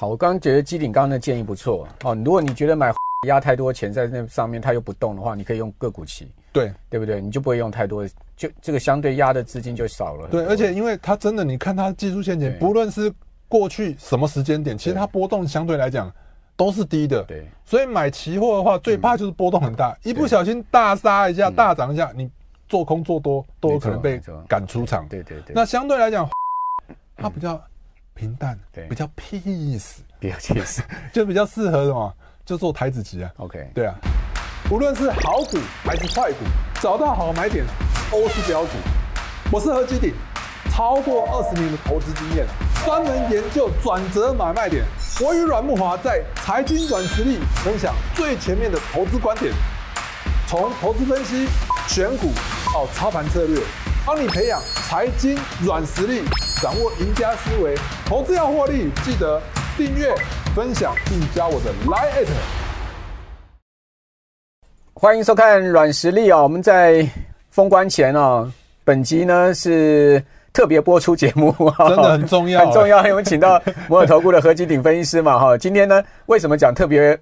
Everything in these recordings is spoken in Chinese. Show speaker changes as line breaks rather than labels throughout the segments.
好，我刚刚觉得机顶刚刚的建议不错哦。如果你觉得买压太多钱在那上面，它又不动的话，你可以用个股期，
对
对不对？你就不会用太多，就这个相对压的资金就少了很多。
对，而且因为它真的，你看它技术陷阱，
对
不论是过去什么时间点，其实它波动相对来讲都是低的。
对
所以买期货的话，最怕就是波动很大，一不小心大杀一下、大涨一下，你做空做多都有可能
嗯没
被
错没错
赶出场。
对对对，嗯
那相对来讲，它比较平淡，
对
比较 peace，
比较切实。
就比较适合什么？就做台子棋啊。
OK，
对啊，无论是好股还是坏股，找到好买点都是标股。我是何基鼎，超过二十年的投资经验，专门研究转折买卖点。我与阮木华在财经软实力分享最前面的投资观点，从投资分析、选股到操盘策略，帮你培养财经软实力，掌握赢家思维。投资要获利，记得订阅、分享并加我的 Line at。
欢迎收看《软实力》啊、哦！我们在封关前啊、哦，本集呢是特别播出节目、
真的很重要
很重要。因为我们请到摩尔投顾的何基鼎分析师嘛 哈、今天呢，为什么讲特别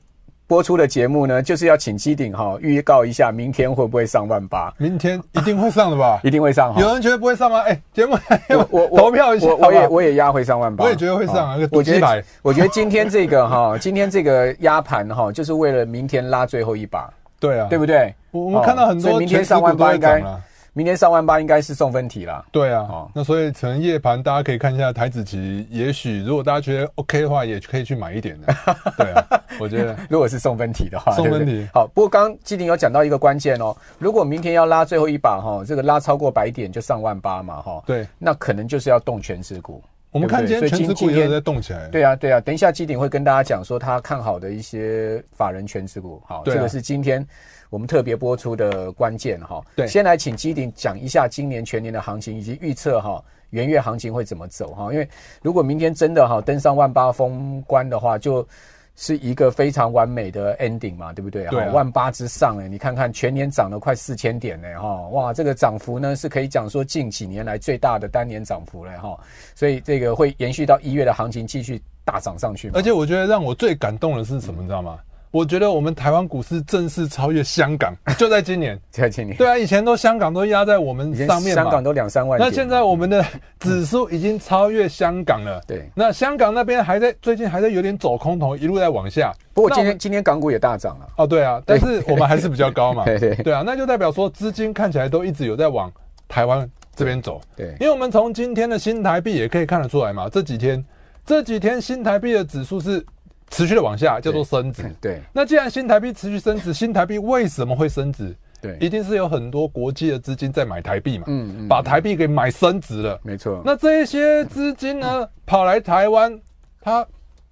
播出的节目呢？就是要请基鼎哈、预告一下明天会不会上万八，
明天一定会上的 吧？
一定会上哈、
有人觉得不会上吗？哎、节目还有
哦我我我
投票一下
我
好不好
我也我也压会上万八，
我也觉得会上啊
哦
那个赌
我觉
鸡
得
排
我觉得今天这个哈，今天这个压盘哈，就是为了明天拉最后一把，
对啊，
对不对？
我我们看到很多
哦所以明天
全指股
上万八
都
应
在
该
涨啊啦，
明天上万八应该是送分题啦。
对啊，
哦
那所以可能夜盘大家可以看一下台子棋，也许如果大家觉得 OK 的话，也可以去买一点 的。对啊，我觉得
如果是送分题的话，
送分
对
题
不对好，不过刚刚季婷有讲到一个关键哦，如果明天要拉最后一把哈，这个拉超过百点就上万八嘛哈，
嗯对。
那可能就是要动全指股。
我们看今天
对不对所以
全
今
指股也
今
有
天
在动起来。
对啊，对啊，等一下基鼎会跟大家讲说他看好的一些法人全持股，好，
对啊
这个是今天我们特别播出的关键哈。
对
先来请基鼎讲一下今年全年的行情以及预测哈。元月行情会怎么走哈？因为如果明天真的哈登上万八封关的话，就是一个非常完美的 ending 嘛，对不对？
对啊
哈万八之上哎、你看看全年涨了快四千点呢、哈、哇，这个涨幅呢是可以讲说近几年来最大的单年涨幅了哈、所以这个会延续到一月的行情继续大涨上去嘛。
而且我觉得让我最感动的是什么，你知道吗？我觉得我们台湾股市正式超越香港，就在今年。
蔡经理，
对啊，以前都香港都压在我们
以前
上面嘛，
香港都两三万点
那
嘛，
现在我们的指数已经超越香港了。
对
那香港那边还在最近还在有点走空头，一路在往下。
不过
那
今
我
天今天港股也大涨了，
哦，对啊，但是我们还是比较高 嘛。
对对
啊，那就代表说资金看起来都一直有在往台湾这边走。
对
因为我们从今天的新台币也可以看得出来嘛，这几天这几天新台币的指数是持续的往下，叫做升值。
对
那既然新台币持续升值，新台币为什么会升值？一
对，
定是有很多国际的资金在买台币嘛，
嗯嗯
把台币给买升值了。
没错，
那这一些资金呢，跑来台湾，他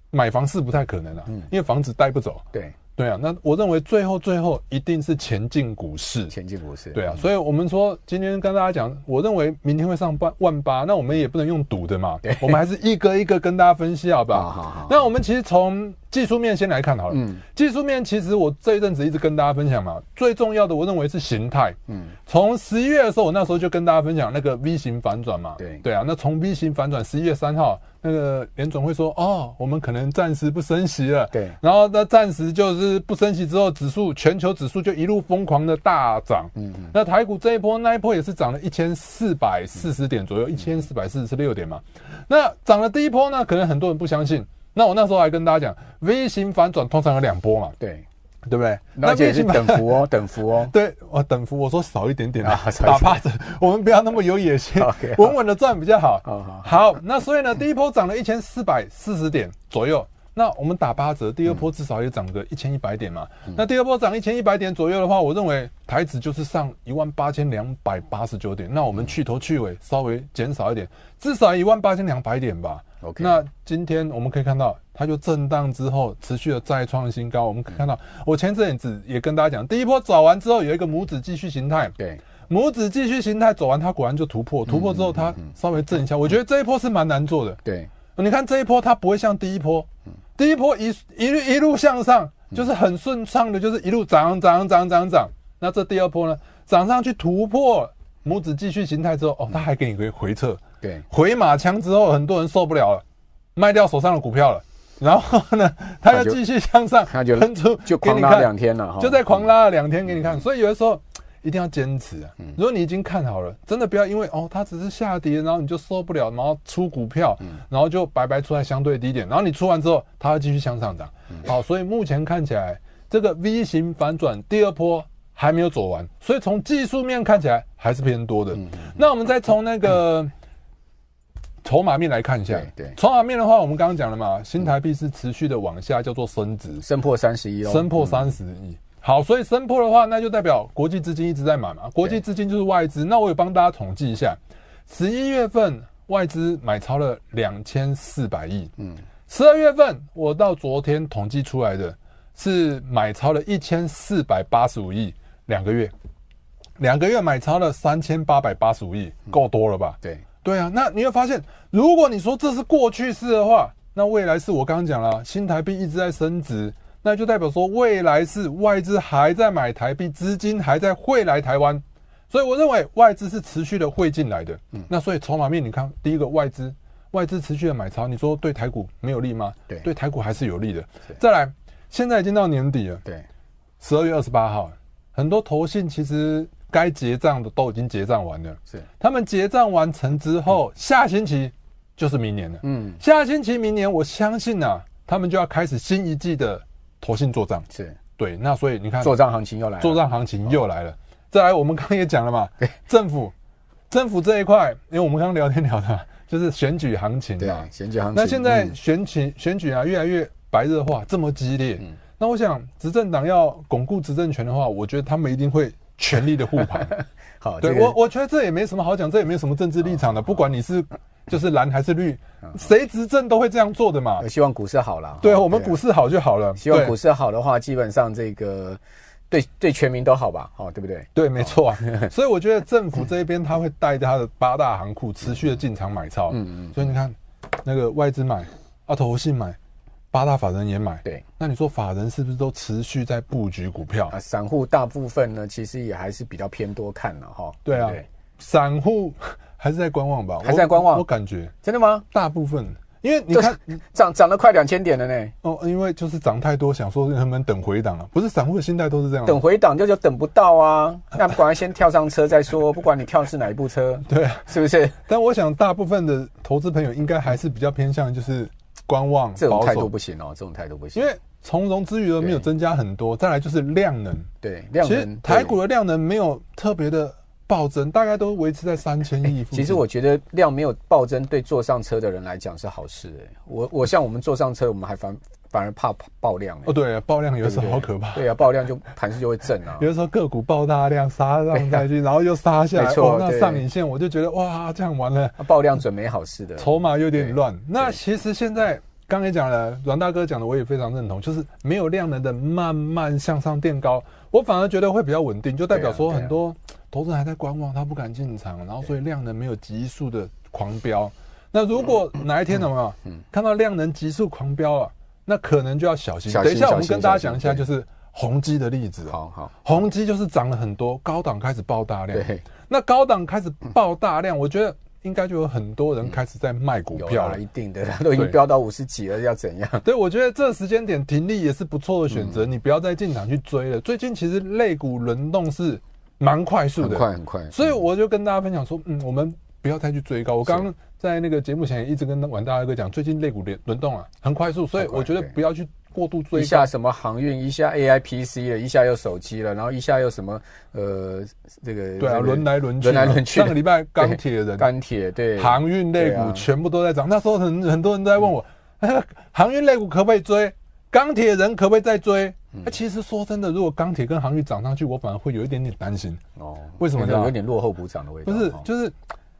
买房是不太可能的、啊
嗯
因为房子带不走。
对
对啊，那我认为最后最后一定是前进股市。
前进股市，
对啊，所以我们说今天跟大家讲，我认为明天会上万万八，那我们也不能用赌的嘛，我们还是一个一个跟大家分析，好 不
好好
好
好？
那我们其实从技术面先来看好了。
嗯
技术面其实我这一阵子一直跟大家分享嘛，最重要的我认为是形态。
嗯，
从十一月的时候，我那时候就跟大家分享那个 V 型反转嘛。
对
对啊，那从 V 型反转，十一月三号，那个联总会说，哦，我们可能暂时不升息了。
对
然后那暂时就是不升息之后，指数全球指数就一路疯狂的大涨。嗯嗯。那台股这一波那一波也是涨了一千四百四十点左右，一千四百四十六点嘛。那涨了第一波呢，可能很多人不相信。那我那时候还跟大家讲，V 型反转通常有两波嘛，
对，
对不对？
而且是
反
等幅哦， 等幅哦，
对，我等幅我说少一点点啊
啊，少一
打
点
趴着，我们不要那么有野心
OK，，好
稳稳的赚比较好。
好好
好，那所以呢，第一波涨了一千四百四十点左右，那我们打八折，第二波至少也涨个一千一百点嘛。
嗯
那第二波涨一千一百点左右的话，我认为台指就是上一万八千两百八十九点，那我们去头去尾稍微减少一点，至少一万八千两百点吧。
OK
那今天我们可以看到，它就震荡之后持续的再创新高。我们可以看到，我前阵子也跟大家讲，第一波走完之后有一个拇指继续形态，
对，
拇指继续形态走完，它果然就突破，突破之后它稍微震一下。我觉得这一波是蛮难做的。
对，
你看这一波它不会像第一波，第一波一一路一路向上，就是很顺畅的，就是一路涨涨涨涨涨。那这第二波呢，涨上去突破拇指继续形态之后，哦，它还给你一个回撤，
对，
回马枪之后，很多人受不了了，卖掉手上的股票了。然后呢，它又继续向上，
它就
喷出，
就
给
狂
你
拉
看，
两天了哈，嗯
就在狂拉了两天给你看。所以有的时候一定要坚持啊。如果你已经看好了，真的不要因为哦它只是下跌，然后你就受不了，然后出股票，
嗯
然后就白白出在相对低点，然后你出完之后它会继续向上涨。
嗯
好，所以目前看起来这个 V 型反转第二波。还没有走完，所以从技术面看起来还是偏多的。
嗯
那我们再从 那个筹码面来看一下，
对对
筹码面的话，我们刚刚讲了嘛，新台币是持续的往下，叫做升值，
升破三十一喽，
升破三十亿。好，所以升破的话，那就代表国际资金一直在买嘛，国际资金就是外资。那我也帮大家统计一下，十一月份外资买超了两千四百亿，嗯，十二月份我到昨天统计出来的是买超了一千四百八十五亿，两个月，两个月买超了三千八百八十五亿，够多了吧？
对，
对啊，那你会发现，如果你说这是过去式的话，那未来式我刚刚讲了，新台币一直在升值，那就代表说未来是外资还在买台币，资金还在汇来台湾，所以我认为外资是持续的汇进来的。
嗯
那所以筹码面，你看第一个外资，外资持续的买超，你说对台股没有利吗？
对
对台股还是有利的
是。
再来，现在已经到年底了，
对，
十二月二十八号，很多投信其实该结账的都已经结账完了。
是，
他们结账完成之后，下星期就是明年了。
嗯，
下星期明年，我相信啊，他们就要开始新一季的投信做账。
是
对，那所以你看，
做账行情又来了，
做账行情又来了。再来，我们刚刚也讲了嘛，政府政府这一块，因为我们刚刚聊天聊的，就是选举行情
对
嘛，。
选举行情，
那现在
嗯
选举选举啊，越来越白热化，这么激烈。
嗯
那我想，执政党要巩固执政权的话，我觉得他们一定会全力的护盘。
好，
对
啊这个啊
我，我觉得这也没什么好讲，这也没什么政治立场的。不管你是就是蓝还是绿，谁执政都会这样做的嘛
我。希望股市好了，
对啊，
哈
我们
啊
股市好就好了。
希望
对
股市好的话，基本上这个对对全民都好吧，好、对不对？
对，没错啊。 所以我觉得政府这一边他会带着他的八大行库持续的进场买超。嗯嗯。所以你看，那个外资买，啊，投信买，八大法人也买。
对。
那你说法人是不是都持续在布局股票
啊，？散户大部分呢，其实也还是比较偏多看了哈、
对啊
不对，
散户 还是在观望吧？
还是在观望
我我感觉
真的吗？
大部分，因为你看，
涨涨了快两千点了呢，
哦，因为就是涨太多，想说能不能等回档啊？不是散户的心态都是这样。啊
等，回档就就等不到啊，那不管先跳上车再说， 不管你跳是哪一部车，
对啊。
是不是？
但我想大部分的投资朋友应该还是比较偏向就是观望、
这种
保
态度
守，
不行哦，这种态度不行，
因为从融资余额没有
对
增加很多，再来就是量能，
对量
其
能
实
对
台股的量能没有特别的暴增，大概都维持在三千亿附近。
哎其实我觉得量没有暴增，对坐上车的人来讲是好事、欸。我我像我们坐上车，我们还反反而怕爆量、欸
哦，对，爆量有的时候
对
好可怕。
对啊，爆量就盘势就会震啊
有。的时候个股爆大量杀上下去，然后又杀下来，
没错
哦，那
对
上影线我就觉得哇，这样完了，
啊爆量准没好事的，
筹码有点乱。那
对
其实现在刚才讲了，阮大哥讲的我也非常认同，就是没有量能的慢慢向上垫高，我反而觉得会比较稳定，就代表说
对啊对啊
很多投资人还在观望，他不敢进场，然后所以量能没有急速的狂
啊
飙。那如果哪一天有没有
嗯
看到量能急速狂飙啊，那可能就要小心。
小心
等一下我
小
们
心
跟大家
小心
讲一下，
对
就是宏基的例子啊。
好好
宏基就是涨了很多，高档开始爆大量。
对，
那高档开始爆大量，我觉得应该就有很多人开始在卖股
嗯有
票
啦
了
一。定的啦，都已经
对
飙到五十几了，要怎样？
对，我觉得这时间点停利也是不错的选
嗯
择，你不要再进场去追了。最近其实类股轮动是蛮快速
很
的，
快很快，
所以我就跟大家分享说，嗯，我们不要再去追高。我刚刚在那个节目前也一直跟阮大哥讲，最近类股轮轮动啊很快速，所以
很快
我觉得
对
不要去过度追
一
高
下。什么航运，一下 AI PC 了，一下又手机了，然后一下又什么呃这个
对啊，
这个
轮来轮去啊，
轮来轮去
上个礼拜钢铁人
钢铁对
航运类
对
股
啊嗯
全部都在涨。那时候很很多人都在问我， 航运类股可不可以追？钢铁人可不可以再追？
嗯
那其实说真的，如果钢铁跟航运涨上去，我反而会有一点点担心。
哦，
为什么
有
呢
点有点落后补涨的味道？
不是
哦，
就是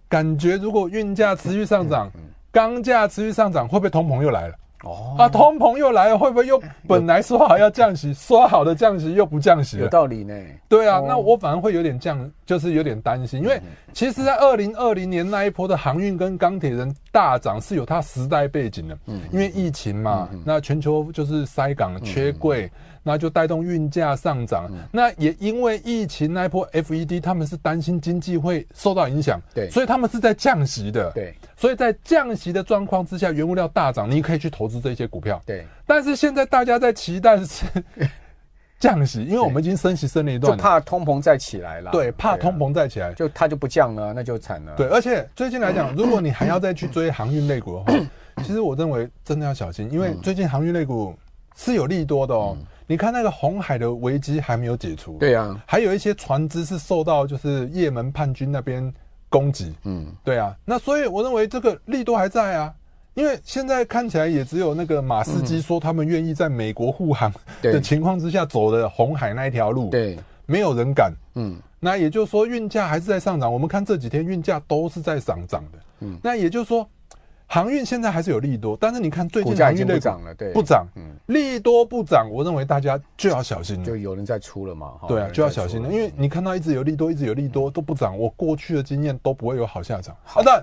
感觉如果运价持续上涨，钢价持续上涨，会不会通膨又来了？
嗯哦，
啊，通膨又来了，会不会又本来说好要 降息，说好的降息又不降息
有
了？
道理呢。
对啊
哦，嗯
那我反而会有点这样，就是有点担心，因为其实，在二零二零年那一波的航运跟钢铁人大涨是有它时代背景的，
嗯
因为疫情嘛，那全球就是塞港缺柜，
嗯
那就带动运价上涨。那也因为疫情那一波 FED，他们是担心经济会受到影响，
对
所以他们是在降息的，
对，
所以在降息的状况之下，原物料大涨，你可以去投资这些股票，
对，
但是现在大家在期待 是降息，因为我们已经升息升了一
就
段了，
怕通膨再起来啦。
对，怕
啊
通膨再起来。
就它就不降了，那就惨了。
对，而且最近来
嗯
讲，如果你还要再去追航运类股 的话，其实我认为真的要小心，因
嗯
为最近航运类股是有利多的哦。你看那个红海的危机还没有解除，
对啊，
还有一些船只是受到就是也门叛军那边攻击，
嗯，
对啊，那所以我认为这个利多还在啊。因为现在看起来也只有那个马士基说他们愿意在美国护航
嗯对
的情况之下走的红海那一条路，，
对，
没有人敢，
嗯，
那也就是说，运价还是在上涨。我们看这几天运价都是在上涨的。嗯，那也就是说，航运现在还是有利多，但是你看最
股
近
价
航
已经
运
不
类
涨
股
了，对，
不涨，
嗯
利多不涨，我认为大家就要小心
就
了。
有人在出了嘛，哈
嗯对啊，就要小心了，因为
嗯
你看到一直有利多，一直有利多都不涨，我过去的经验都不会有好下场。啊，但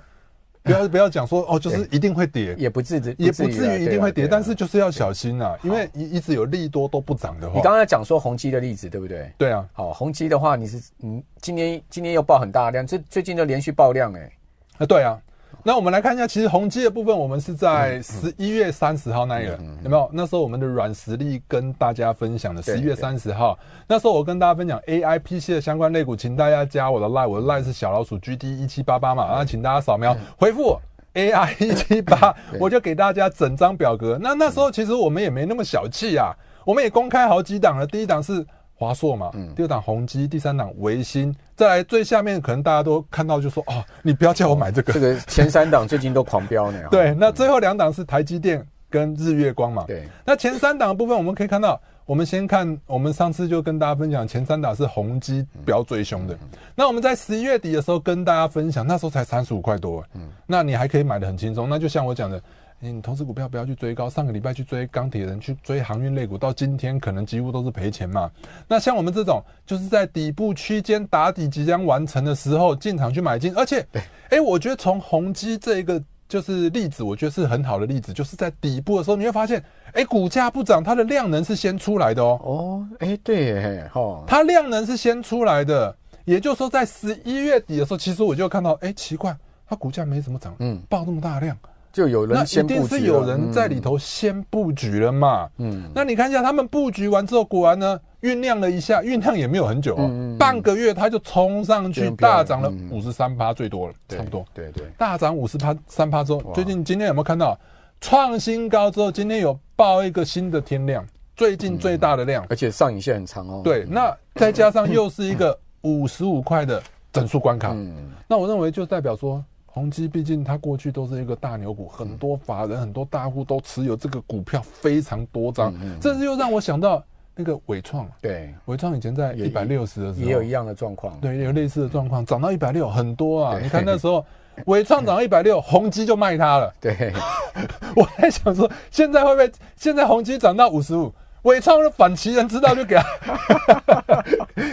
不要不要讲说哦，就是一定会跌，
也不至于，
也不至
啊
于一定
对啊对
会跌，
啊
但是就是要小心啊，因为一一直有利多都不涨的
你
话，
刚才讲说宏基的例子，对不对？
对啊，
好，宏基的话，你是嗯，今年今年又爆很大量，这最近就连续爆量哎、
啊，对啊。那我们来看一下，其实宏基的部分，我们是
嗯
在十一月三十号那一个，有没有？那时候我们的软实力跟大家分享的，
对
十一月三十号，那时候我跟大家分享 AI PC 的相关类股，请大家加我的 line，我的 line 是小老鼠 GD 一七八八嘛，然后请大家扫描回复。AI 一七八，我就给大家整张表格。那那时候其实我们也没那么小气啊，我们也公开好几档了。第一档是华硕嘛，第二档宏基，第三档维新，再来最下面可能大家都看到就说哦，你不要叫我买这个
这，个前三档最近都狂飙呢。哈，
对，那最后两档是台积电跟日月光嘛。
对，
那前三档的部分我们可以看到，我们先看，我们上次就跟大家分享前三档是宏基飙最凶
嗯
的。那我们在十一月底的时候跟大家分享，那时候才三十五块多，嗯，那你还可以买的很轻松。那就像我讲的。你投资股票不要去追高，上个礼拜去追钢铁人，去追航运类股，到今天可能几乎都是赔钱嘛。那像我们这种，就是在底部区间打底即将完成的时候进场去买进，而且，哎、我觉得从宏基这一个就是例子，我觉得是很好的例子，就是在底部的时候，你会发现，哎、股价不涨，它的量能是先出来的哦，
哦，哎、对耶，哈，
它量能是先出来的，也就是说，在十一月底的时候，其实我就看到，哎、奇怪，它股价没怎么涨，
嗯
嗯，爆那么大量，
就有
那
人
一
先布局
定
了，
是有人在里
嗯
头先布局了嘛。
嗯
嗯，那你看一下，他们布局完之后，果然呢酝酿了一下，酝酿也没有很久哦，
嗯嗯嗯
半个月他就冲
就
上去，
很漂亮
大涨了
嗯
五十三趴，最多了，
对
差不多。
对对，
大涨五十趴三趴之后，最近今天有没有看到创新高之后，今天有报一个新的天量，最近最大的量。
而且上影线很长哦。，
对，那再加上又是一个五十五块的整数关卡，
嗯，
那我认为就代表说，宏基毕竟它过去都是一个大牛股，很多法人、很多大户都持有这个股票非常多
嗯
张，这是又让我想到那个伟创，
对，
伟创以前在
也
一百六十的时候
也有一样的状况。
对，也有类似的状况，涨到一百六很多啊！
对
你看那时候伟 创涨到一百六，宏基就卖它了。
对，
我在想说，现在会不会现在宏基涨到五十五，伟创的反其人之道就给 他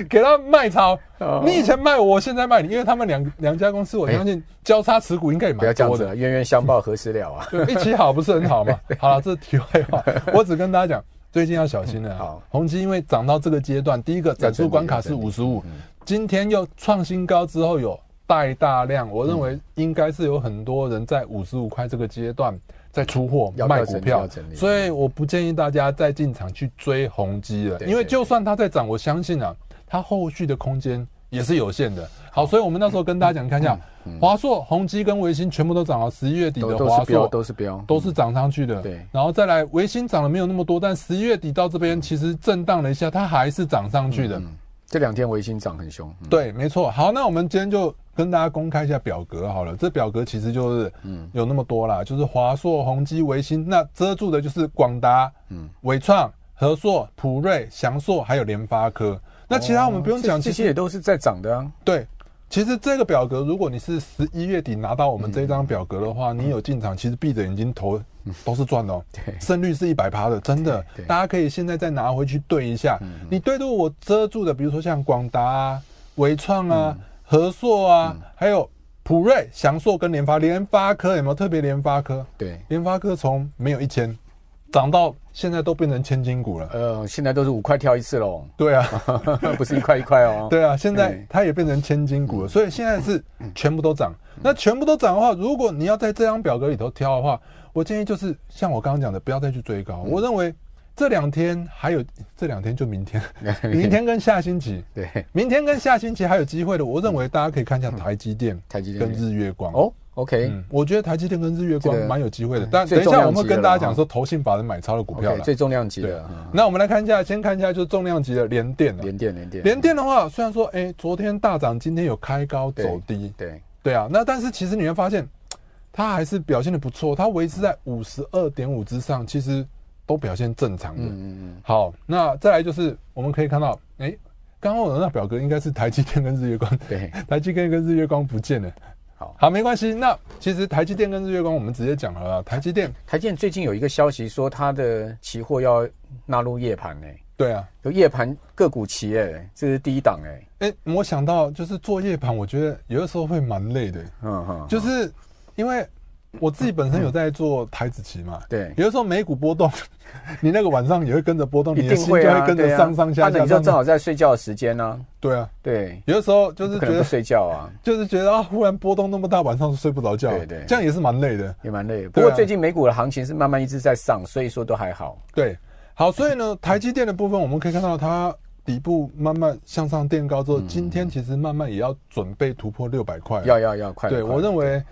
给他卖超
哦？
你以前卖我，我现在卖你，因为他们两两家公司，我相信交叉持股应该也
哎不要
蛮
这样
多
子
的。
了，冤冤相报何时 了啊？
对，一起好不是很好 吗？好了，这是题外话，我只跟大家讲。最近要小心了、啊。
好
宏基因为涨到这个阶段，第一个整数关卡是
要整理嗯
五十五，今天又创新高之后有带大量，我认为应该是有很多人在五十五块这个阶段在出货
要
卖
整
股
理要
票
整理，嗯
所以我不建议大家再进场去追宏基了，
对
因为
对
就算它在涨，我相信啊，它后续的空间也是有限的。好，所以我们那时候跟大家讲，你看一下华硕、宏基跟维新全部都涨了，十一月
嗯
底
都
的
都
华
是标，
硕
都是标，
都是涨上去的。
对嗯
然后再来维新涨了没有那么多，但十一月底到这边其实震荡了一下，它还是涨上去的。
这两天维新涨很凶。嗯
对，没错。好，那我们今天就跟大家公开一下表格好了。这表格其实就是，嗯，有那么多啦，就是华硕、宏基、维新，那遮住的就是广达、嗯，伟创、和硕、普瑞、翔硕，还有联发科。那其他我们不用
哦这
讲，
这
其实
些也都是在涨的啊。
对，其实这个表格，如果你是十一月底拿到我们这张表格的话，你有进场，其实闭着眼睛投都是赚的、 哦，
对
胜率是一百趴的，真的
对对，
大家可以现在再拿回去对一下。你对住嗯我遮住的，比如说像广达啊、伟创啊、和硕啊，还有。普瑞、翔硕跟联发，联发科有没有特别？联发科，
对，
联发科从没有一千涨到现在都变成千金股了。
呃，现在都是五块跳一次喽，
对啊，
不是一块一块哦。
对啊，现在
对嗯
它也变成千金股了，所以现在是全部都涨。那全部都涨的话，如果你要在这张表格里头挑的话，我建议就是像我刚刚讲的，不要再去追
嗯
高。我认为这两天还有这两天就 明天，明天跟下星期，
对，
明天跟下星期还有机会的。我认为大家可以看一下台积电、
台积电
跟日月光。
嗯哦，OK，
嗯，我觉得台积电跟日月光
这个
蛮有机会的，
嗯
但
最
等一
重
下
量
我们会
级
跟
的
大家
了
讲
哈
说投信法人买超的股票
OK，
了。
最重量级
对啊
的，嗯，
那我们来看一下，先看一下就是重量级的联电了。
连电连电
联电的话，虽然说哎、昨天大涨，今天有开高走低，
对，
对啊，那但是其实你会发现，它还是表现的不错，它维持在五十二点五之上，其实都表现正常的。
嗯嗯
好，那再来就是我们可以看到，哎、刚刚我的那表格应该是台积电跟日月光，
嗯，对，
台积电跟日月光不见了。
好
好，没关系。那其实台积电跟日月光，我们直接讲好了。台积电，
台积电最近有一个消息说它的期货要纳入夜盘呢，欸
对啊，
有夜盘个股期哎，这是第一档哎，
哎、我想到就是做夜盘，我觉得有的时候会蛮累的，
嗯哼，嗯
就是因为我自己本身有在做台子棋嘛，
对。
有的时候美股波动， 你那个晚上也会跟着波动，
一
你的
定
心就
会啊，
会跟
对
着
啊
上上下
啊那
下。
你就正
上上
好在睡觉的时间呢、
对啊，
对，
有的时候就是
不
觉
可能不
得
睡觉啊，
就是觉得啊，忽然波动那么大，晚上睡不着觉，
对对
这样也是蛮累的。
也蛮累的。不过
对啊
最近美股的行情是慢慢一直在上，所以说都还好。
对，好，所 以呢，台积电的部分我们可以看到它。底部慢慢向上垫高之后，今天其实慢慢也要准备突破六百块了。
嗯要要要快了！
哎对
快了
我认为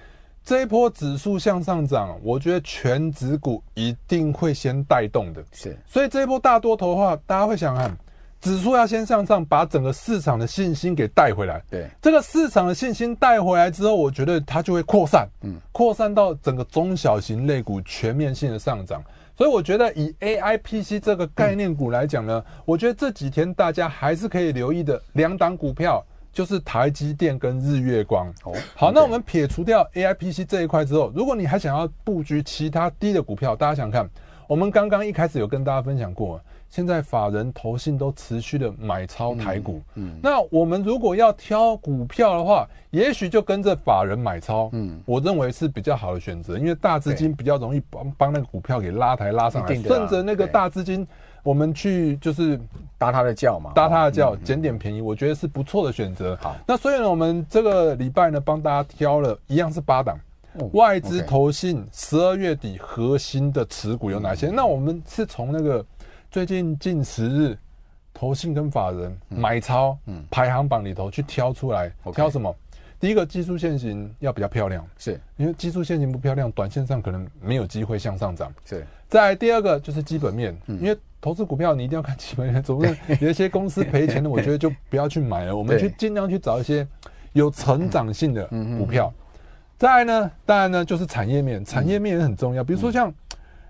这一波指数向上涨，我觉得全指股一定会先带动的。
是
所以这一波大多头的话，大家会想看，指数要先向上，把整个市场的信心给带回来。
对
这个市场的信心带回来之后，我觉得它就会扩散，
嗯
扩散到整个中小型类股全面性的上涨。所以我觉得以 A I P C 这个概念股来讲呢，我觉得这几天大家还是可以留意的两档股票就是台积电跟日月光。
哦
好，
OK
那我们撇除掉 A I P C 这一块之后，如果你还想要布局其他低的股票，大家想看，我们刚刚一开始有跟大家分享过，现在法人投信都持续的买超台股。
嗯
那我们如果要挑股票的话，也许就跟着法人买超，
嗯
我认为是比较好的选择，因为大资金比较容易帮帮那个股票给拉抬拉上来，
一定的啊
顺着那个
对
大资金，我们去就是
搭他的轿嘛，
搭它的轿，捡点便宜，我觉得是不错的选择。
嗯好，
那所以呢，我们这个礼拜呢，帮大家挑了一样是八档。
哦
外资
OK 嗯
投信十二月底核心的持股有哪些？那我们是从那个最近近十日投信跟法人买超
嗯
排行榜里头去挑出来，
OK
挑什么？第一个技术线型要比较漂亮，
是
因为技术线型不漂亮，短线上可能没有机会向上涨。
是
再来第二个就是基本面，
嗯
因为投资股票你一定要看基本面，总不能有一些公司赔 钱的，我觉得就不要去买了，我们
对嗯
去尽量去找一些有成长性的股票。再来呢，当然呢就是产业
嗯
面，产业面也很重要，比如说像。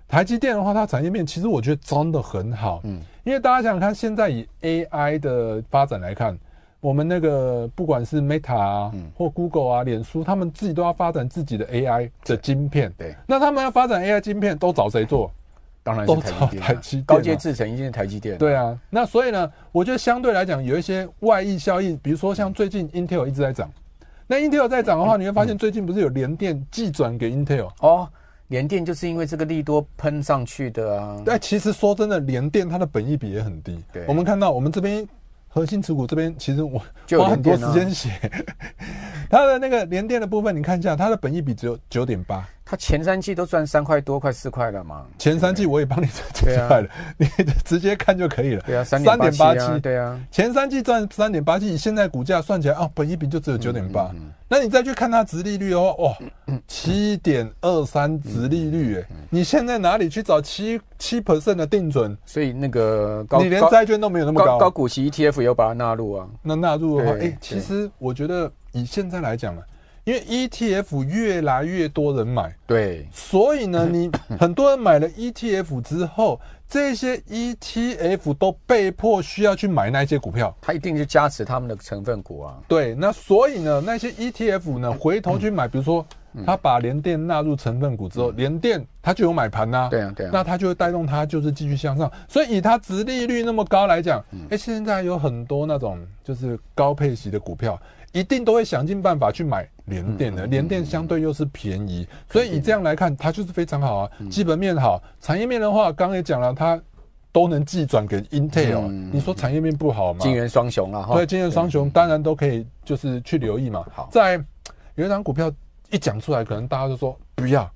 台积电的话，它产业面其实我觉得真的很好，嗯，因为大家想想看，现在以 AI 的发展来看，我们那个不管是 Meta 啊，
嗯
或 Google 啊、脸书，他们自己都要发展自己的 AI 的晶片，
对，
那他们要发展 AI 晶片，都找谁做？
当然
都
是台
找
积电啊、
台积电啊
高阶制程一定是台积电，
对啊，那所以呢，我觉得相对来讲有一些外溢效应，比如说像最近 Intel 一直在涨，那 Intel 在涨的话，
嗯
你会发现最近不是有联电寄转给 Intel？
哦，联电就是因为这个利多喷上去的啊，
但哎其实说真的，联电它的本益比也很低
对。
我们看到我们这边核心持股这边，其实我
就有
花很多
联电
时
啊
间写 它的那个联电的部分，你看一下，它的本益比只有九点八。
它前三季都赚三块多，快四块了嘛，
前三季我也帮你做
对
出
啊
来了，你直接看就可以了。
对啊，三点八
3.87
七啊，对啊，
前三季赚三点八七，以现在股价算起来啊，本一比就只有九点
嗯
八。那你再去看它殖利率的话，哇，七点二三殖利率、
嗯
欸，你现在哪里去找七七 percent 的定存？
所以那个高
你连
高
债券都没有那么
高
高。
高股息 ETF 也有把它纳入啊，
那纳入的话，哎、
对
其实我觉得以现在来讲呢，因为 ETF 越来越多人买，
对，
所以 呢，你很多人买了 ETF 之后，这些 ETF 都被迫需要去买那些股票。
它一定就加持他们的成分股啊，
E 对，那所以呢，那些 ETF 呢，回头去买，比如说
嗯
它把联电纳入成分股之后，联电它就有买盘呐、
对啊对啊
那它就会带动它就是继续向上。所以以它殖利率那么高来讲，
嗯
哎，现在有很多那种就是高配息的股票，一定都会想尽办法去买联电
嗯
的。联电相对又是便宜，所以以这样来看，它就是非常好啊，
嗯
基本面好，产业面的话，刚刚也讲了，它都能寄转给 Intel。你啊
嗯
说产业面不好吗？
金元双雄了啊哈。
对，今日双雄当然都可以，就是去留意嘛。
好
在有一张股票一讲出来，可能大家就说不要，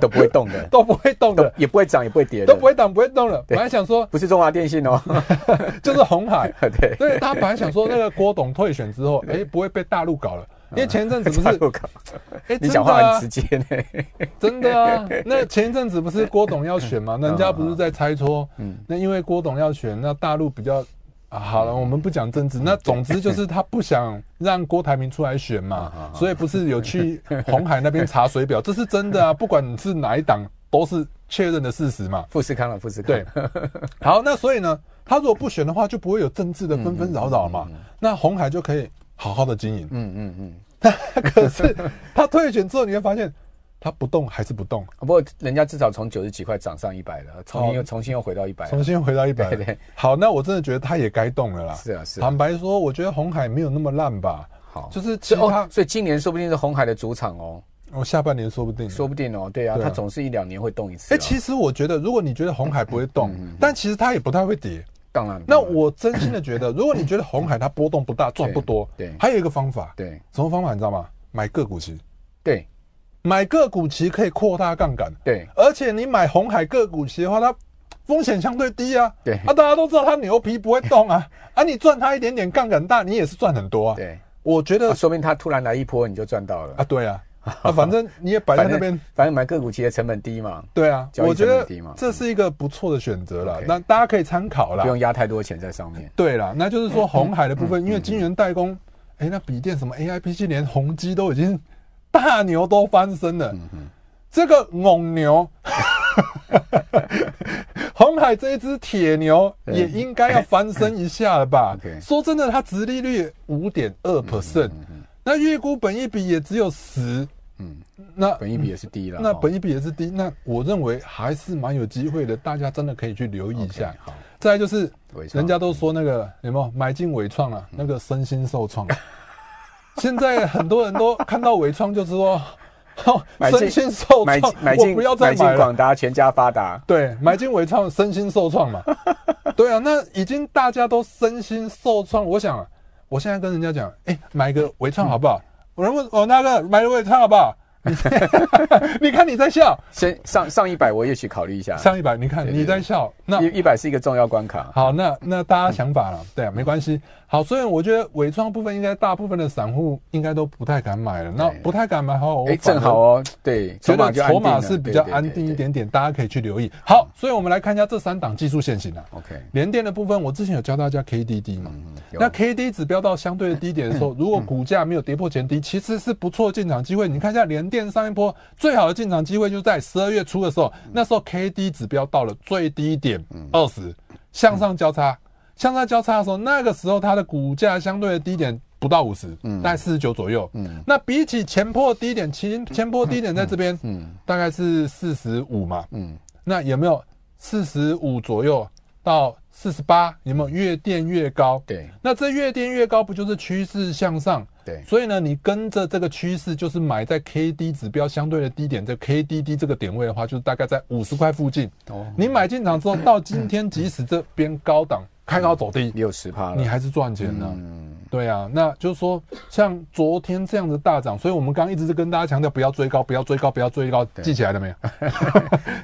都不会动的，
都不会 动
都
的，
也不会涨，也不会跌的，
都不会挡，不会动了。本来想说
不是中华电信哦，
就是红海，
对，
对，大家本来想说那个郭董退选之后，哎，不会被大陆搞了。因为前一阵子不
嗯 大
是，
陆搞，
哎，
你
真
讲
的
话很
啊
直，接呢。
真的啊。那前一阵子不是郭董要选嘛？人家不是在猜搓
嗯，
那因为郭董要选，那大陆比较啊，好了，我们不讲政治。那总之就是他不想让郭台铭出来选嘛，所以不是有去 红海那边查水表，这是真的啊。不管你是哪一党，都是确认的事实嘛。
富士康了，富士康。
对，好，那所以呢，他如果不选的话，就不会有政治的纷纷扰扰嘛。那红海就可以好好的经营。
嗯嗯嗯。
可是他退选之后，你会发现他不动还是不动，
啊不过人家至少从九十几块涨上一百了，重新又重新又回到一百。
重新回到一百
对对。
好，那我真的觉得他也该动了啦。
是啊是啊
坦白说，我觉得红海没有那么烂吧。
好，
就是其
所以
他
哦，，所以今年说不定是红海的主场哦，
我下半年说不定。
说不定哦，对啊，
对啊
它总是一两年会动一次
哎，
啊。
其实我觉得，如果你觉得红海
嗯
不会动，但其实它也不太会跌。
当然，
那我真心的觉得，如果你觉得红海它波动不大，赚不多，
对对
还有一个方法，
对
什么方法你知道吗？买个股期，
对
买个股期可以扩大杠杆，
对
而且你买红海个股期的话，它风险相对低啊。
对
啊，大家都知道它牛皮不会动啊，啊，你赚它一点点杠杆大，你也是赚很多啊。
对，
我觉得
啊说不定它突然来一波，你就赚到
啊，
了。
对啊， 啊，反正你也摆在
反
那
正
边，
反正买个股其实成本低嘛，
对啊，
交易
我觉
成
得
本低嘛嗯
这是一个不错的选择啦
OK，
那大家可以参考啦
不。用压太多钱在上面。
对啦，那就是 说红海的部
嗯
分，因为晶圆代工，哎，那笔电什么 AIPC 连宏基都已经大牛都翻身了，
嗯
这个 蒙牛，红海这一只铁牛也应该要翻身一下了吧
OK？嗯
说真的，它殖利率五点二 percent，那预估本益比也只有十，
嗯，
那
本益比也是低了。
那
哦
本益比也是低，那我认为还是蛮有机会的，大家真的可以去留意一下
OK，。好，
再来就是
伟，创嗯
人家都说那个有没有买进伟创啊，那个身心受创。 现在很多人都看到伟创就是说，哦
买进
身心受
买
创
进，买
我
进
不要再
买进
买了。
广达，全家发达。
对，买进伟创，身心受创嘛。对啊，那已经大家都身心受创。我想，啊我现在跟人家讲，哎、买个伟创好
嗯
不好？我人问我那个买个伟创好不好？ 你你看你在笑，
先上上一百，我也许考虑一下。
上一百，你看
啊对对
你在笑，那
一一百是一个重要关卡。
好，那那大家想法了，对啊，没关系。好，所以我觉得伪装部分应该大部分的散户应该都不太敢买了。那
对
不太敢买好，我
哎，
反
正
而
好哦，对，
觉得
就安
筹
定
码
了
是比
对
较
对对
安
对
定一
对
点点，大家可以去留意。好，所以我们来看一下这三档技术线型啊。
OK，嗯
联电的部分，我之前有教大家 KDD 嘛，
有
那 K D 指标到相对的低点的时候，如果股价没有跌破前低，其实是不错的进场机会。你看一下联电上一波最好的进场机会就在十二月初的时候，那时候 K D 指标到了最低点二十，向上交叉，向上交叉的时候，那个时候它的股价相对的低点不到五十，大概四十九左右。那比起前破低点，前前破低点在这边，大概是四十五嘛，
嗯，
那有没有四十五左右到四十八？有没有越垫越高？
对
那这越垫越高，不就是趋势向上？
对
所以呢，你跟着这个趋势，就是买在 K D 指标相对的低点，这 K D D 这个点位的话，就是大概在五十块附近。
哦，
你买进场之后，到今天即使这边高档开高走低，
六十趴
你
了。
还是赚钱的、
嗯，
对啊，那就是说，像昨天这样的大涨，所以我们刚刚一直是跟大家强调不要追高，不要追高，不要追高，记起来了没有？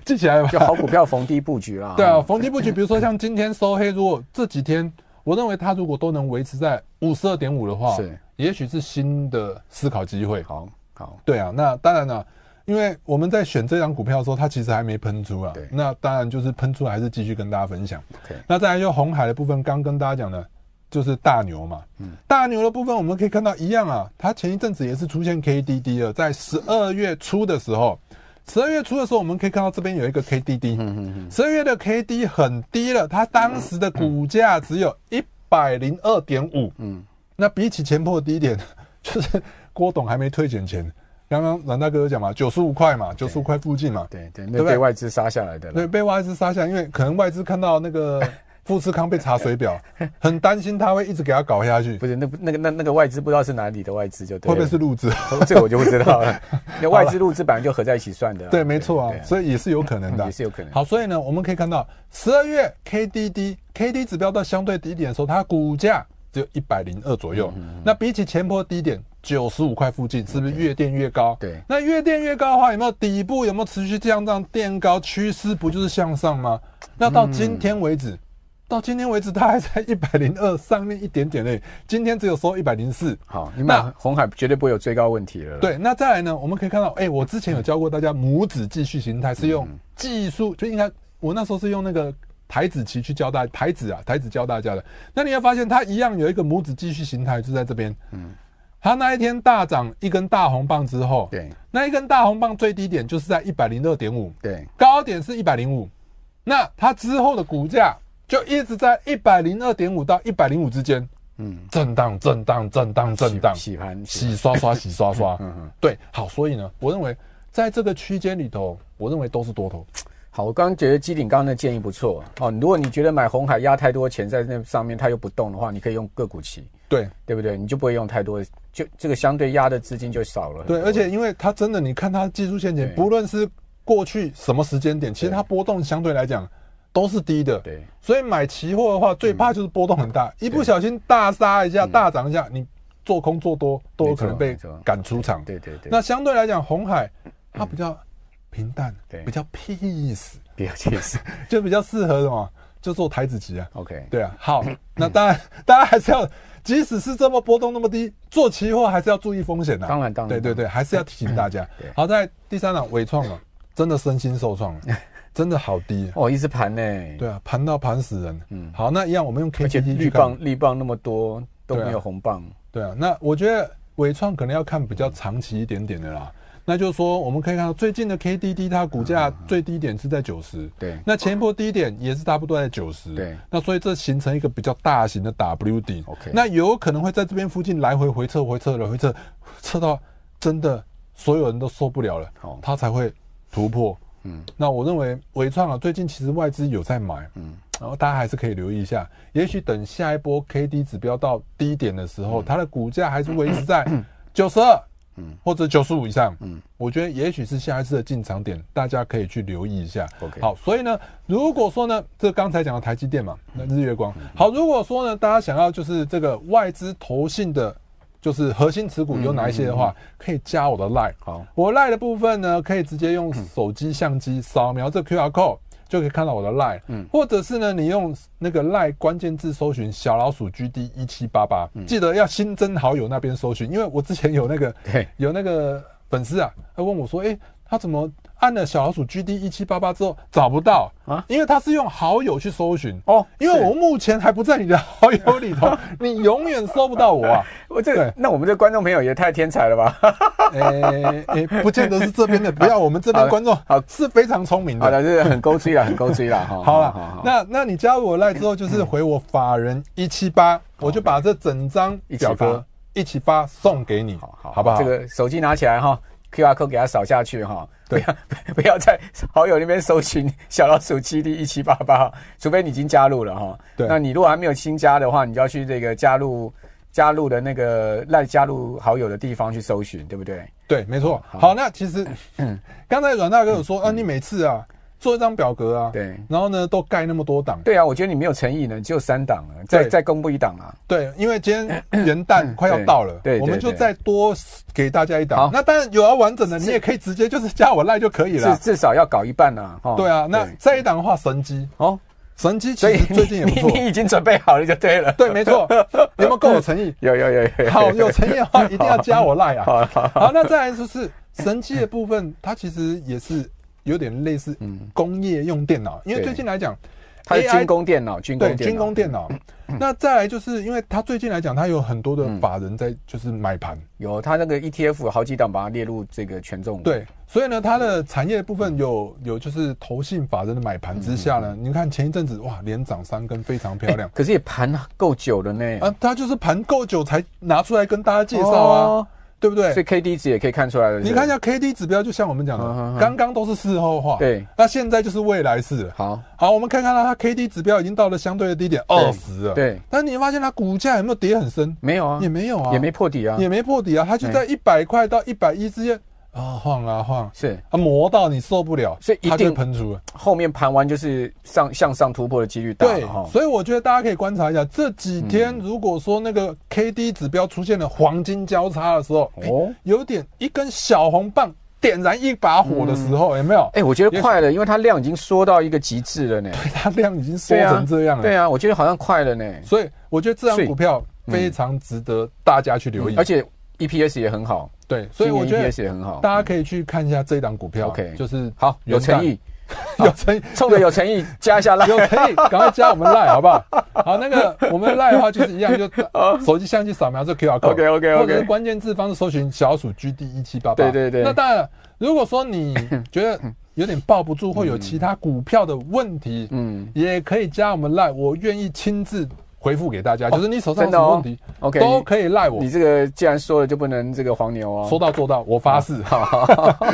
记起来了吧？
就好股票逢低布局啦。
对啊，逢低布局，比如说像今天收黑，如果这几天，我认为它如果都能维持在五十二点五的话，
是，
也许是新的思考机会。
好好，
对啊，那当然了、因为我们在选这张股票的时候，它其实还没喷出啊
对。
那当然就是喷出来还是继续跟大家分享。
OK
那再来就红海的部分，刚跟大家讲的。就是大牛嘛，大牛的部分我们可以看到一样啊，它前一阵子也是出现 KDD 了，在十二月初的时候，十二月初的时候我们可以看到这边有一个 KDD，十二月的 KD 很低了，它当时的股价只有一百零二 点五，嗯，那比起前破低点，就是郭董还没退选前，刚刚阮大哥有讲嘛，九十五块嘛，九十五块附近嘛，
对对，那
对不对
被外资杀下来的
对，
了。
被外资杀下来，因为可能外资看到那 个富士康被查水表，很担心他会一直给他搞下去，
不是那不那个那那个外资不知道是哪里的外资就对
会
了，
不会是路子？
这个我就不知道 了。那外资入资本来就合在一起算的啊。
对，没错啊
对，
所以也是有可能的，
嗯也是有可能
好，所以呢，我们可以看到十二月 KDD KD 指标到相对低点的时候，它股价只有一百零二左
嗯
右，那比起前波低点九十五块附近，是不是越垫越高？
对
那越垫越高的话，有没有底部有没有持续这样这样垫高趋势？不就是向上吗？那到今天为
嗯
止。到今天为止，它还在一百零二上面一点点嘞。今天只有收一百零四，
好，你买
那
红海绝对不会有追高问题了。，
对，那再来呢？我们可以看到，哎、我之前有教过大家母子继续形态是用技术，就应该我那时候是用那个台子棋去教大台子啊，台子教大家的。那你会发现，它一样有一个母子继续形态，就在这边。嗯，它那一天大涨一根大红棒之后，
对，
那一根大红棒最低点就是在一百零二点五，
对，
高点是一百零五，那它之后的股价就一直在一百零二点五到一百零五之间。嗯，震荡，震荡，震荡，震荡，
洗盘嗯洗
洗刷刷，洗刷刷。对，好，所以呢，我认为在这个区间里头，我认为都是多头。
好，我刚刚觉得基鼎刚刚的建议不错哦。如果你觉得买红海压太多钱在那上面，它又不动的话，你可以用个股期，
对
对不对？你就不会用太多，就这个相对压的资金就少了很多。
对，而且因为它真的，你看它技术线
对
前，不论是过去什么时间点，其实它波动相对来讲都是低的。
对，
所以买期货的话，最怕就是波动很
嗯
大，一不小心大杀一下、大涨一下，你做空做多都有可能
没
被
错没错
赶出场。
对对对，
那相对来讲，红海它比较平淡
对，
比较 peace，
比较结实。
就比较适合什么？就做台子棋啊。
OK，
对啊，好，那当然，当然还是要，即使是这么波动那么低，做期货还是要注意风险的、
当然当然
对对对，还是要提醒大家
对。
好在第三档伟创啊，真的身心 受创了，真的好低。啊
哦，一直盘呢，
对啊，盘到盘死人。嗯，好，那一样我们用
而
K
且
T
绿
去
棒
看。
绿棒那么多都没
对
有
啊
红棒，
对啊，那我觉得伟创可能要看比较长期一点点的啦。那就是说，我们可以看到最近的 KDD 它股价最低点是在九十、
嗯对
那前一波低点也是差不多在九十，
对
那所以这形成一个比较大型的 W 底
OK
那有可能会在这边附近来回回撤、回撤、来回撤，撤到真的所有人都受不了了，
好
它才会突破。嗯，那我认为伟创啊，最近其实外资有在买，嗯，然后大家还是可以留意一下，也许等下一波 K D 指标到低点的时候，它的股价还是维持在 九十二，嗯，或者九十五以上，嗯，我觉得也许是下一次的进场点，大家可以去留意一下。
OK
好，所以呢，如果说呢，这刚才讲的台积电嘛，那日月光，好，如果说呢，大家想要就是这个外资投信的。就是核心持股有哪一些的话，可以加我的 line，
好，
我 Line 的部分呢，可以直接用手机相机扫描这 QR code 就可以看到我的 Line，嗯，或者是呢，你用那个 Line 关键字搜寻小老鼠 GD 一七八八，记得要新增好友那边搜寻，因为我之前有那个
对
有那个粉丝啊，他问我说，诶，他怎么按了小老鼠 GD 一七八八之后找不到
啊
啊？因为他是用好友去搜寻
哦
因
是
为我目前还不在你的好友里 头，你永远搜不到我啊。
我这个
对
那我们这观众朋友也太天才了吧！
诶诶，不见得是这边的，不要我们这
好
边
的
观众
好
是非常聪明
好
的。
了，这个很勾追了，很勾追了哈。
好
好
了
好，
那那你加入我赖之后，就是回我法人一七八，我就把这整张表格一起发送给你，
好好
好不好？
这个手机拿起来哈，QR code 给它扫下去哈，不
对
要 不要在好友那边搜寻小老鼠七 D 一七八八，除非你已经加入了哈。
对
那你如果还没有新加的话，你就要去这个加入加入的那个赖加入好友的地方去搜寻，对不对？
对，没
哦
错。好，那其实
嗯
刚才阮大哥有说，啊，你每次啊做一张表格啊，
对
然后呢都盖那么多档，
对啊，我觉得你没有诚意呢，只有三档了，再
对
再公布一档啊。
对，因为今天元旦快要到了，
嗯对对对
我们就再多给大家一档
好。
那当然有要完整的，你也可以直接就是加我赖就可以
至
了。
至少要搞一半啊，哈。
对啊，那再一档的话，神机，
哦，
神机其
所以
实
你
最近也 不
你你
错。
已经准备好了就对了。
对，没错，有没有 够有诚意？
有有有有 有，
好，有诚意的话一定要加我赖啊。
好好
好，那再来就是神机的部分，它其实也是有点类似工业用电脑，因为
嗯对
最近来讲，
它是
AI
军工电脑，军工
对
电脑嗯
军工电脑。那再来就是因为它最近来讲，它有很多的法人
嗯
在就是买盘，
有，它那个 ETF 好几档把它列入这个权重股。
对，所以呢，它的产业部分有有就是投信法人的买盘之下
嗯
呢，你看前一阵子哇，连涨三根，非常漂亮。
哎 可是也盘够久了呢。
啊，他就是盘够久才拿出来跟大家介绍啊。
哦
对不对
所以？K D 值也可以看出来了。
你看一
下，
下 K D 指标，就像我们
嗯
讲
嗯嗯
的，刚刚都是事后化，
对，
那现在就是未来式了。
好，
好，我们看看它它 K D 指标已经到了相对的低点二十了，
对
但你发现它股价有没有跌很深？
没有啊，
也没有啊，
也没破底啊，哎
也没破底啊，它就在一百块到一百一之间啊晃啊晃，
是
啊磨到你受不了，
所以一
它就
定
喷出了。
后面盘完就是上向上突破的几率大
对
了哈，。嗯
所以我觉得大家可以观察一下，这几天如果说那个 K D 指标出现了黄金交叉的时候，
哦
哦，有点一根小红棒点燃一把火的时候，有没有？
哎、我觉得快了，因为它量已经缩到一个极致了呢。
它量已经缩
对啊
成这样了，
对啊，我觉得好像快了呢，
所以我觉得这
所
张
以嗯
股票非常值得大家去留意，
而且 EPS 也很好，
对，所以我觉
今年
得
EPS 也很好。
大家可以去看一下这档股票
OK
就是
好，有
元旦
诚意，
有诚意，
冲着有诚意加一下 啦。
有诚意，赶快加我们 line 好不 好？好，那个我们 line 的话就是一样，就手机相机扫描这 QR code。
OK，OK，OK
或者是关键字方式搜寻小鼠 GD 一七八八。
对对对
那当然了，如果说你觉得有点抱不住，或有其他股票的问题，
嗯
嗯，也可以加我们 line，我愿意亲自回复给大家。就是你手上有
真的
什么
哦
问题，
，OK，
都可以赖我
你。这个既然说了，就不能这个黄牛哦。
说到做到，我发 誓。
好，好哦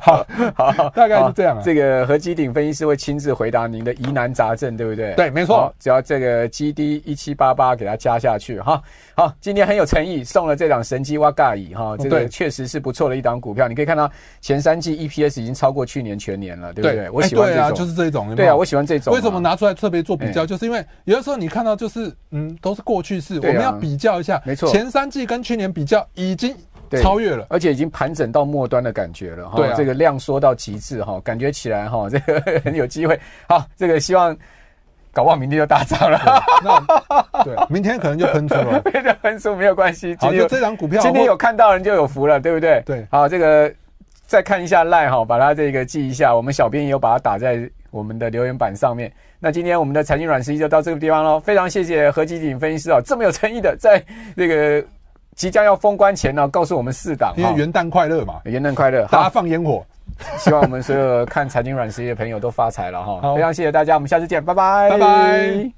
好好好，
大概是这样啊
好这个何基鼎分析师会亲自回答您的疑难杂症，对不对？
对没错
好只要这个 GD 一七八八给它加下去哈。好，今天很有诚意，送了这档神机哇嘎乙哈，这个
哦对
确实是不错的一档股票。你可以看到前三季 EPS 已经超过去年全年了，对不对？
哎
我喜欢
对
这
啊，就
种。
是这种。有没有
对啊，我喜欢这种啊。
为什么拿出来特别做比
哎
较？就是因为有的时候你看到就是嗯，都是过去式，
对啊
我们要比较一下，
没错
前三季跟去年比较已经
对
超越 了。
而且已经盘整到末端的感觉了哈，
对啊
这个量缩到极致哈，感觉起来哈，这 个很有机会。好，这个希望搞不好明天就大涨了，
那对，明天可能就喷出 了。
别的分数没有关系。今
好，
天有
就这张股票，
今天有看到人就有福了，对不对？
对
好，这个再看一下赖哈，把它这个记一下，我们小编也有把它打在我们的留言板上面。那今天我们的财经软实力就到这个地方喽，非常谢谢何基鼎分析师啊，这么有诚意的在这个即将要封关前呢、告诉我们四档
因为
哈
元旦快乐嘛，
元旦快乐，
大
好
家。放烟火。
希望我们所有看财经软实力的朋友都发财了哈！
好
非常谢谢大家，我们下次见，拜拜，
拜拜。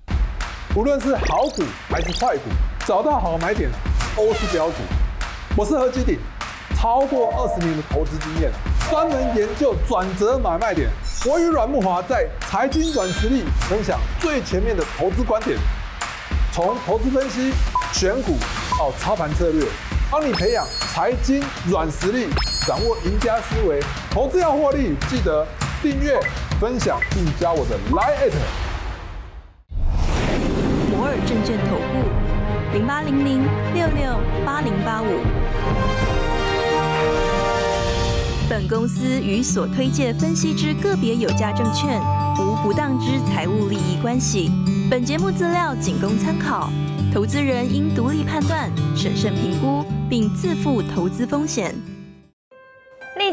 无论是好股还是坏股，找到好买点都是标股。我是何基鼎，超过二十年的投资经验，专门研究转折买卖点。我与阮木华在财经软实力分享最前面的投资观点，从投资分析、选股到操盘策略，帮你培养财经软实力，掌握赢家思维。投资要获利，记得订阅、分享并加我的 Line at。
摩尔证券投顾零八零零六六八零八五。本公司与所推介分析之个别有价证券无不当之财务利益关系。本节目资料仅供参考，投资人应独立判断、审慎评估，并自负投资风险。
立